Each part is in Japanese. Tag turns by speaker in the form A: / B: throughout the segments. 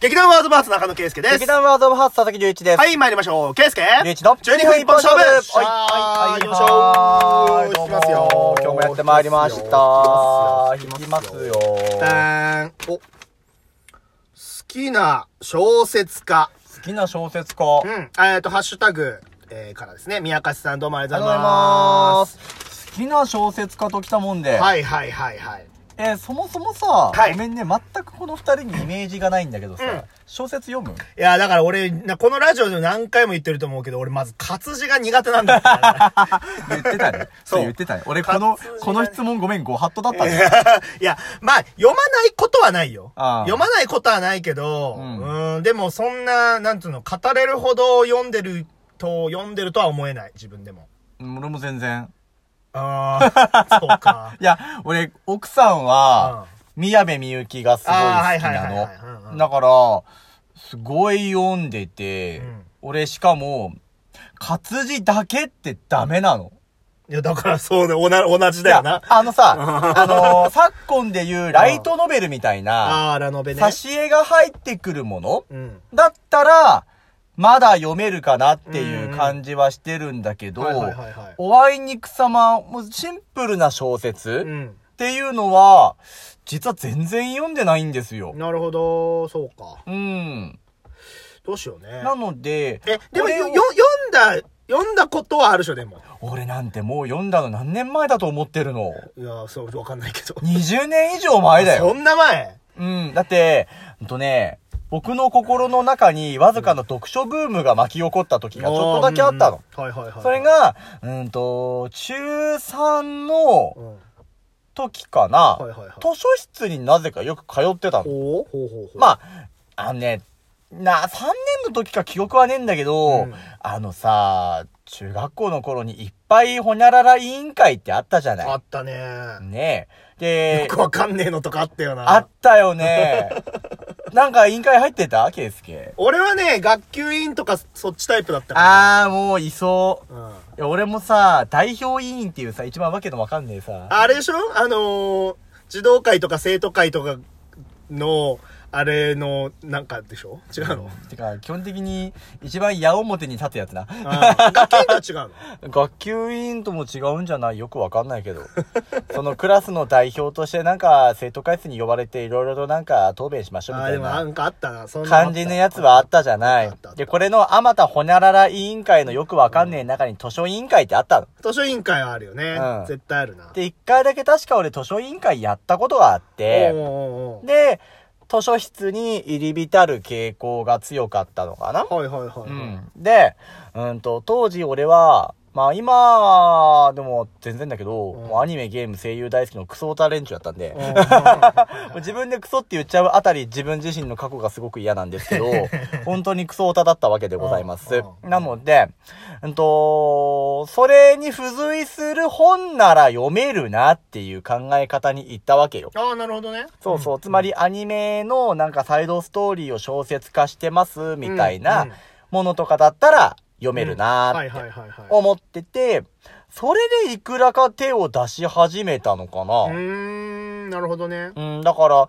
A: 劇団ワードバーツ中野圭介です
B: 劇。団ワードオブハーツ佐々木隆一です。。
A: はいい、参りましょう。圭介
B: 隆一の
A: 12分一本勝負
B: はい。
A: は
B: はいい。
A: よいしょ
B: はいどうも
A: いきますよ
B: 今日もやってまいりました。
A: い
B: 引
A: き
B: き
A: ま
B: ますす
A: よ
B: よ。
A: ーん。お。好きな小説家。
B: 好きな小説家。
A: う
B: あ
A: ん。えっと、ハッシュタグ、えーからですね。宮勝さんどうもありがとうございま。
B: ますす。好きな小説家ときたもんで、
A: はいはいはいはい。
B: えーそもそもさ、
A: はい
B: ごめんね、全くこの二人にイメージがないんだけどさ、
A: うん
B: 小説読む
A: いや、だから俺、なこのラジオでも何回も言ってると思うけど、俺まず活字が苦手なんだから。
B: 言ってたね。
A: そう
B: そう言ってたね。俺、この
A: 活字がね、
B: この質問ごめん、ご法度だったね。
A: いや、まあ、読まないことはないよ。
B: ああ
A: 読まないことはないけど、う
B: うん
A: ん、でもそんな、なんつうの、語れるほど読んでると、読んでるとは思えない、自分でも。
B: うん俺も全然。
A: ああ、 そうか。
B: いや、俺、奥さんは、宮部みゆきがすごい好
A: あーはい
B: き
A: はいはいはい
B: な
A: うんうん
B: の。だから、すごい読んでて、
A: うん
B: 俺しかも、活字だけってダメなの。
A: いや、だからそうね、おな同じだよ
B: い
A: な
B: や。あのさ、あのー昨今でいうライトノベルみたいな、
A: ああ、ラノベね。
B: 挿絵が入ってくるもの
A: うん。
B: だったら、まだ読めるかなっていう感じはしてるんだけど
A: はいはいはいはい、
B: おあいにくさま、もうシンプルな小説、
A: うん。
B: っていうのは、実は全然読んでないんですよ。
A: なるほど、そうか。
B: うん。
A: どうしようね。
B: なので、
A: え、でも
B: これ
A: よ、
B: を
A: よ、読んだ、読んだことはあるでしょ、でも。
B: 俺なんてもう読んだの何年前だと思ってるの
A: いや、そう、わかんないけど。
B: ?20 年以上前だ
A: そ
B: よ。
A: んな前
B: うん。だって、ほんとね、僕の心の中にわずかの読書ブームが巻き起こった時がちょっとだけあったの。
A: うんうんはいはいはい。
B: それ、が、うんと、中3の
A: うん。
B: 時か
A: はいはい
B: な、
A: はい。
B: 図書室になぜかよく通ってたの。
A: ほうほうほうほう。あ、
B: まあ、あのね、な、3年の時か記憶はねえんだけ
A: う
B: ど、
A: ん
B: あのさ、中学校の頃にいっぱいほにゃらら委員会ってあったじゃ
A: あ
B: な
A: ったね。
B: い。ね
A: よ
B: え。で、
A: くわかんねえのとかあったよな。
B: あったよ ね。なんか委員会入ってたケイスケ。
A: 俺はね、学級委員とかそっちタイプだったから。あ。
B: あー、もういそう。
A: うん。
B: いや、俺もさ、代表委員っていうさ、一番わけのわかんねえさ。
A: あれでしょあのー、児童会とか生徒会とかの、あれの、なんかでしょ違うの、
B: てか、基本的に一番矢面に立つやつな。
A: あん、学級委員とは違うの
B: 学級委員とも違うんじゃないよくわかんないけど。 そのクラスの代表としてなんか生徒会室に呼ばれていろいろとなんか答弁しましょうみ
A: あー
B: た
A: で
B: い
A: もな
B: なん
A: かあったな。そんなのあった
B: 感じのやつはあったじゃな
A: あ
B: い
A: ったあっ。た
B: で、これのあまたほにゃらら委員会のよくわかんねえ中に図書委員会ってあったの。
A: 図書委員会はあるよね。
B: うん
A: 絶対あるな。
B: で、一回だけ確か俺図書委員会やったことがあっ
A: お
B: て、
A: おうおうおう
B: で、図書室に入り浸る傾向が強かったのかな。
A: はいはいはいはい。
B: うんで、うんと、当時俺は、まあ今は、でも全然だけど、
A: うん
B: もうアニメ、ゲーム、声優大好きのクソオタ連中だったんで、
A: うん
B: 自分でクソって言っちゃうあたり自分自身の過去がすごく嫌なんですけど、本当にクソオタだったわけでございます。
A: うん
B: なので、うんと、それに付随する本なら読めるなっていう考え方に行ったわけよ。
A: ああ、なるほどね。
B: そうそう。つまりアニメのなんかサイドストーリーを小説化してますみたいな、
A: うんうん
B: ものとかだったら読めるな
A: はい
B: ーっ
A: はい
B: て
A: はいはい。
B: 思ってて、それでいくらか手を出し始めたのか
A: うー
B: な。
A: ん、なるほどね。
B: うん、だから、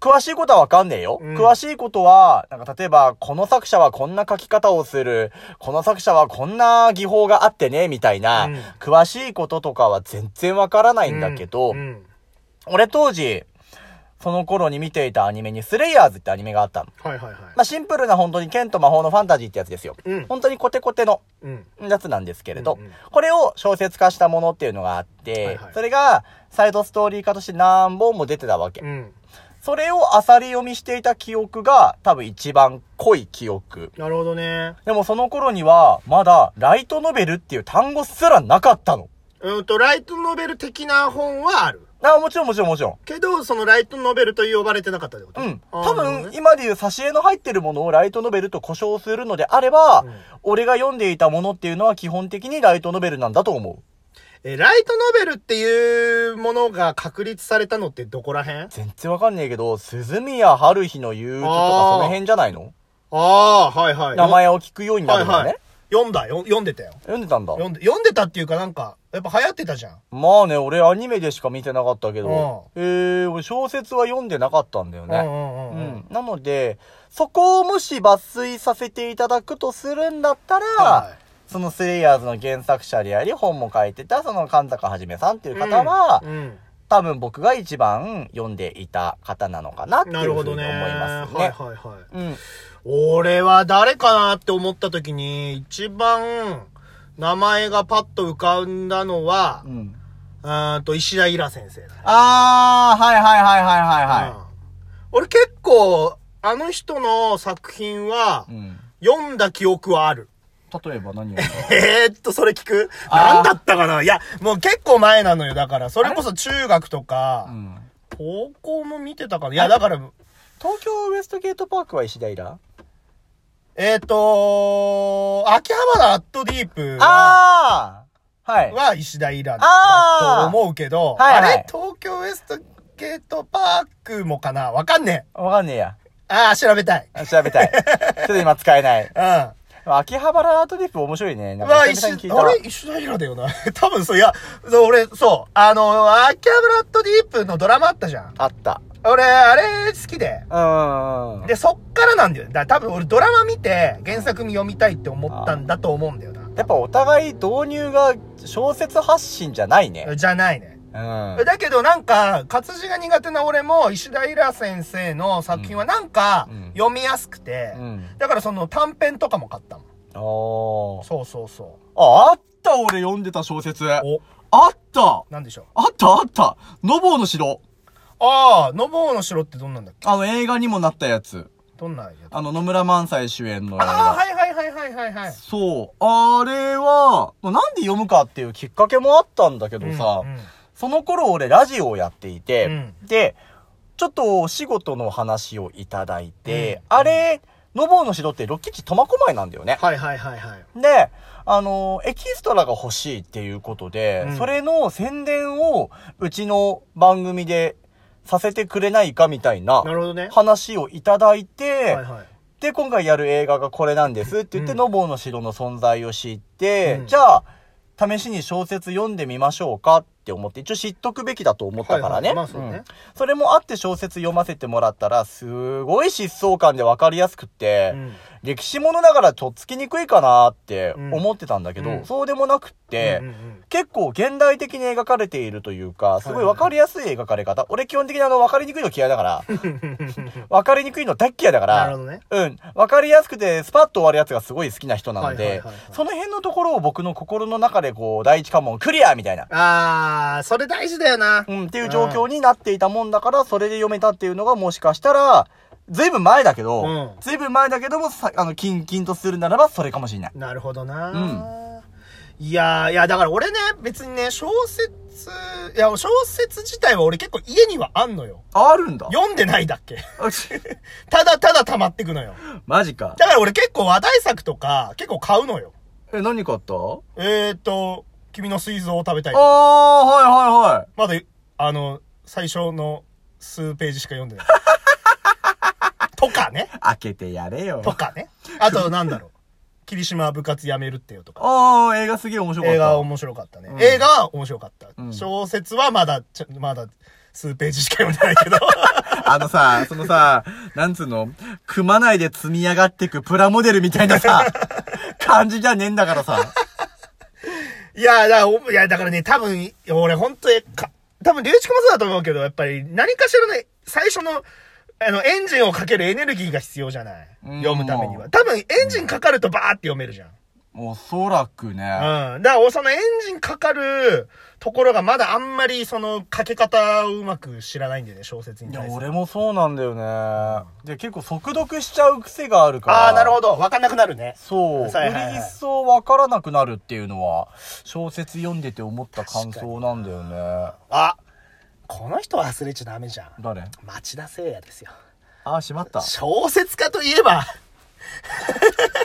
B: 詳しいことはわかんねえよ。
A: うん
B: 詳しいことは、なんか例えば、この作者はこんな書き方をする、この作者はこんな技法があってね、みたいな、
A: うん
B: 詳しいこととかは全然わからないんだけど、
A: うんうん
B: 俺当時、その頃に見ていたアニメにスレイヤーズってアニメがあったの。
A: はいはいはい。
B: まあ、シンプルな本当に剣と魔法のファンタジーってやつですよ。
A: うん
B: 本当にコテコテの。
A: うん。
B: やつなんですけれど、
A: うんうん
B: これを小説化したものっていうのがあって、
A: はいはい
B: それがサイドストーリー化として何本も出てたわけ。
A: うん。
B: それをあさり読みしていた記憶が多分一番濃い記憶。
A: なるほどね。
B: でもその頃にはまだライトノベルっていう単語すらなかったの。
A: うんと、ライトノベル的な本はある。
B: あ、もちろんもちろんもちろん。
A: けど、そのライトノベルと呼ばれてなかったってこと
B: うん。
A: あー
B: 多
A: なるほどね
B: 分今でいう挿絵の入ってるものをライトノベルと呼称するのであれば、
A: うん
B: 俺が読んでいたものっていうのは基本的にライトノベルなんだと思う。
A: え、ライトノベルっていうものが確立されたのってどこら辺あ
B: 全然わかんねえけど、鈴宮春日の憂鬱とか
A: あー
B: その辺じゃないの
A: あー、はいはい。
B: 名前を聞くようにな
A: は
B: る
A: い
B: の
A: はい
B: ね。。
A: 読んだよ。読んでたよ。
B: 読んでたんだ。
A: 読んで、読んでたっていうかなんか、やっぱ流行ってたじゃん。
B: まあね、俺アニメでしか見てなかったけど、えー、俺小説は読んでなかったんだよ
A: う
B: ね。
A: んうん
B: う
A: うんうん。
B: ん。なので、そこをもし抜粋させていただくとするんだったら、
A: は
B: そのスレイヤーズの原作者であり、本も書いてた、その神坂はじめさんっていう方は、
A: うん
B: 多分僕が一番読んでいた方なのかなっていう
A: な
B: ふうに
A: る
B: 思
A: ほど
B: い
A: ね。
B: ます
A: はい
B: ね。
A: はいはい。
B: うん。
A: 俺は誰かなって思った時に、一番名前がパッと浮かんだのは
B: う、ん。
A: うーんと、石田イラ先生だね。
B: あー、はいはいはいはいはい
A: うん
B: は。
A: 俺結構、あの人の作品はい
B: う、ん。
A: 読んだ記憶はある。
B: 例えば何を
A: えー、っと、それ聞く
B: あ
A: な
B: ー
A: んだったかないや、もう結構前なのよ。だから、それこそ中学と
B: う
A: か、
B: ん。
A: 高校も見てたかな。いや、だから、
B: 東京ウエストゲートパークは石平
A: えー、っと、秋葉原アットディープは、
B: あーはい。
A: は石田イラだ
B: あー
A: と思うけど、
B: はいはい
A: あれ東京ウエストゲートパークもかなわかんねえ。
B: わかんねえや。
A: ああ、調べたい。
B: あ調べ たい。ちょっと今使えない。
A: うん。
B: 秋葉原アートディップ面白いね。なん
A: ま
B: か
A: あ、石、
B: 久々
A: あ
B: に聞いたわ
A: れ石田イラだよな。 多分そう、いや、そう俺、そう、あの、秋葉原アットディープのドラマあったじゃん。
B: あった。
A: 俺、あれ好きで。
B: うんうんうん。
A: で、そっからなんだよ。だから多分俺ドラマ見て原作読みたいって思ったんだと思うんだよな。
B: やっぱお互い導入が小説発信じゃないね。
A: じゃないね。
B: うん。
A: だけどなんか、活字が苦手な俺も石田イラ先生の作品はなんか
B: うん
A: 読みやすくて
B: う、ん。
A: だからその短編とかも買ったもん。
B: おー。
A: そうそうそ
B: あ、あった俺読んでた小説。あ
A: う。お、
B: った
A: なんでしょう。
B: あったあったノボーの城。
A: ああ、のぼうの城ってどんなんだっけ
B: あの映画にもなったやつ。
A: どんなやつ
B: あの野村萬斎主演の映
A: ああ、
B: 画。
A: はいはいはいはいはいはい。
B: そう。あれは、まあなんで読むかっていうきっかけもあったんだけどさ、
A: うんうん
B: その頃俺ラジオをやっていて、
A: うん
B: で、ちょっとお仕事の話をいただいて、あれ、のぼうの城ってロッキ地苫小牧なんだよね。
A: はいはいはいはい。
B: で、あのエキストラが欲しいっていうことで、
A: うん
B: それの宣伝をうちの番組でさせてくれないかみたいな
A: なるほどね。
B: 話をいただいて、
A: はいはい。
B: で、今回やる映画がこれなんですって言って、
A: うん
B: ノボーの城の存在を知って、
A: うん
B: じゃあ、試しに小説読んでみましょうかって思って、一応知っとくべきだと思ったからね。
A: はいはいまあそうね
B: んそれもあって小説読ませてもらったら、すごい疾走感でわかりやすくって、
A: うん
B: 歴史ものだからとっつきにくいかなって思ってたんだけど、
A: うん
B: そうでもなくって、
A: うんうんうん
B: 結構現代的に描かれているというか、すごいわかりやすい描かれ方。俺基本的にあの、わかりにくいの嫌い だから、わかりにくいの大っ嫌いだから、
A: なるほどね。
B: うん。わかりやすくて、スパッと終わるやつがすごい好きな人なの
A: はいはい
B: で
A: はいはい、
B: その辺のところを僕の心の中でこう、第一関門クリアみたいな。
A: ああ、それ大事だよな。
B: うん、っていう状況になっていたもんだから、それで読めたっていうのがもしかしたら、ずいぶん前だけど、
A: うん
B: ずいぶん前だけども、さあの、キンキンとするならば、それかもしれない。
A: なるほどな。いやー、いや、だから俺ね、別にね、小説、いや、小説自体は俺結構家にはあんのよ。
B: あるんだ。
A: 読んでないだっけ
B: あち
A: ただただ溜まってくのよ。
B: マジか。
A: だから俺結構話題作とか、結構買うのよ。
B: え、何買ったあ
A: えーっと、君の膵臓を食べたい
B: ー、。はいはいはい。
A: まだ、あの、最初の数ページしか読んで ない。とかね。
B: 開けてやれよ。
A: とかね。あと、なんだろう。霧島部活やめるってよとか。
B: あー、映画すげえ面白かった。
A: 映画は面白かったね。
B: うん
A: 映画は面白かった。
B: うん
A: 小説はまだ、ちょまだ、数ページしか読んでないけど。
B: あのさ、そのさ、なんつうの、組まないで積み上がってくプラモデルみたいな さ、感じじゃねえんだからさ。
A: いや、だからお、いや、だからね、多分、俺、本当に、か、多分、龍一君もそうだと思うけど、やっぱり、何かしらね、最初の、あの、エンジンをかけるエネルギーが必要じゃない
B: うん
A: 読むためには。多分、エンジンかかるとバーって読めるじゃん。
B: おそらくね。
A: うん。だから、俺そのエンジンかかるところがまだあんまり、その、かけ方をうまく知らないんだよね、小説に
B: いや、
A: 対する。
B: 俺もそうなんだよね。で、結構速読しちゃう癖があるから。
A: ああ、なるほ
B: ど。
A: ど。わかんなくなるね。
B: そう。
A: は
B: よ
A: いはいはい
B: り一層わからなくなるっていうのは、小説読んでて思った感想なんだよね。
A: あ、この人忘れちゃダメじゃん。
B: 誰
A: 町田聖也ですよ。。
B: ああ、しまった
A: 小説家といえば、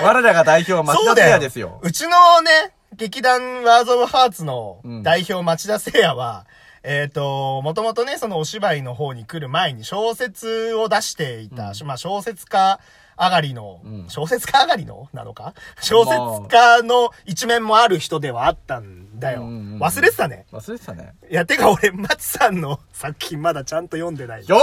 B: 我らが代表は
A: そ
B: 松
A: う
B: 田
A: だ
B: 也
A: よ
B: ですよ。
A: うちのね、劇団ワーズ・オブ・ハーツの
B: うん
A: 代表町田聖也は、えっ、と、もともとね、そのお芝居の方に来る前に小説を出していた、まあ小説家上がりの、
B: うん
A: 小説家上がりのなのか小説家の一面もある人ではあったんだよ。
B: うんうんうん
A: 忘れてたね。
B: 忘れてたね。
A: いや、てか俺、松さんの作品まだちゃんと読んでない。
B: よ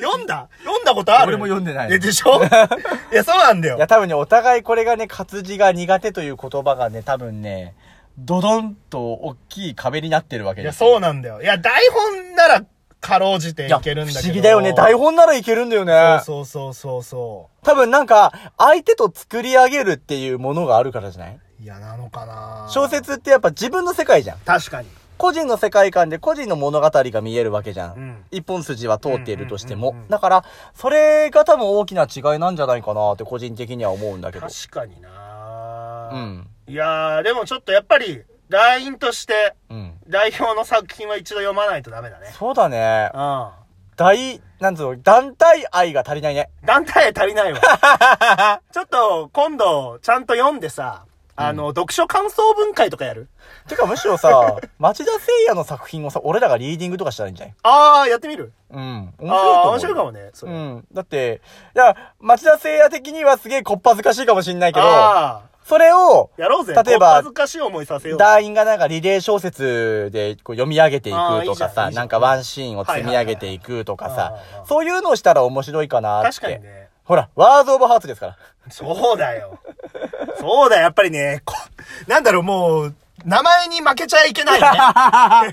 A: 読んだ読んだことある
B: 俺も読んでない
A: えでしょ いや、そうなんだ
B: い
A: よ
B: や、。多分ね、お互いこれがね、活字が苦手という言葉がね、多分ね、ドドンと大きい壁になってるわけ
A: い
B: で
A: や、
B: すよ。
A: そうなんだよ。いや、台本なら、かろうじていけるんだけど。
B: 不思議だよね。台本ならいけるんだよね。
A: そうそうそうそ。
B: 多分なんか、相手と作り上げるっていうものがあるからじゃないう
A: いや、なのかな
B: 小。説ってやっぱ自分の世界じゃん。
A: 確かに。
B: 個人の世界観で個人の物語が見えるわけじゃん。
A: うん
B: 一本筋は通っているとして
A: うんうんうん
B: も
A: うん。
B: だから、それが多分大きな違いなんじゃないかなって個人的には思うんだけど。
A: 確かにな
B: うん。
A: いやー、でもちょっとやっぱり、団員として、
B: うん。
A: 代表の作品は一度読まないとダメだね。
B: そうだね。
A: う
B: 大、なんつうの、団体愛が足りないね。
A: ん。団体足り ないわ。ちょっと、今度、ちゃんと読んでさ、あの、読書感想文会とかやる
B: てかむし ろさ、町田誠也の作品をさ、俺らがリーディングとかしたらいいんじゃない
A: あー、やってみる
B: うん。面白いと
A: あー、
B: 思う。
A: 面白いかもね。それ
B: うん。だって、いや、町田聖也的にはすげえこっぱずかしいかもしんないけど、
A: あ
B: それを
A: ー、、やろうぜ。
B: 例え
A: こう
B: ば
A: 恥ずかしい思いさせよう。
B: 団員がなんかリレー小説でこう読み上げてい
A: あー
B: くとか
A: いいじゃんい
B: さ、
A: いじゃん
B: なんかワンシーンを積み上げていくとか
A: はいはい
B: さ
A: はいあー、
B: そういうのをしたら面白いかなって。
A: 確かにね。
B: ほら、ワードオブハーツですから。
A: そうだよ。そうだよ、やっぱりね、こなんだろう、もう、名前に負けちゃいけ ないよね。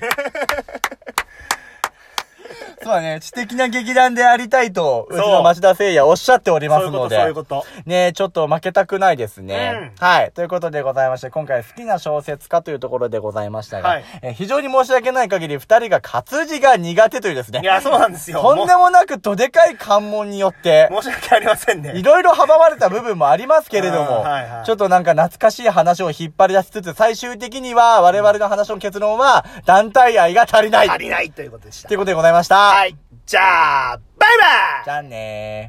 B: そうだね、知的な劇団でありたいと、う
A: そ
B: ち
A: う
B: の町田聖也おっしゃっておりま
A: そうい
B: す
A: うこ
B: の
A: と、
B: で。
A: そういうこと。
B: ねえ、ちょっと負けたくないですね。
A: う
B: はい。ということでございまして、今回好きな小説家というところでございましたが、
A: はい
B: えー非常に申し訳ない限り、二人が活字が苦手というです
A: い
B: ね、
A: や、そうなんですよ。
B: とんでもなくどでかい関門によって、
A: も申し訳ありませんね
B: い。ろいろ阻まれた部分もありますけれど
A: あ
B: も、
A: ーはいはい
B: ちょっとなんか懐かしい話を引っ張り出しつつ、最終的には我々の話の結論は、団体愛が足りない
A: 足りないということでした
B: とい。うことでございました。
A: はい。じゃあ、バイバイ
B: じゃあねー。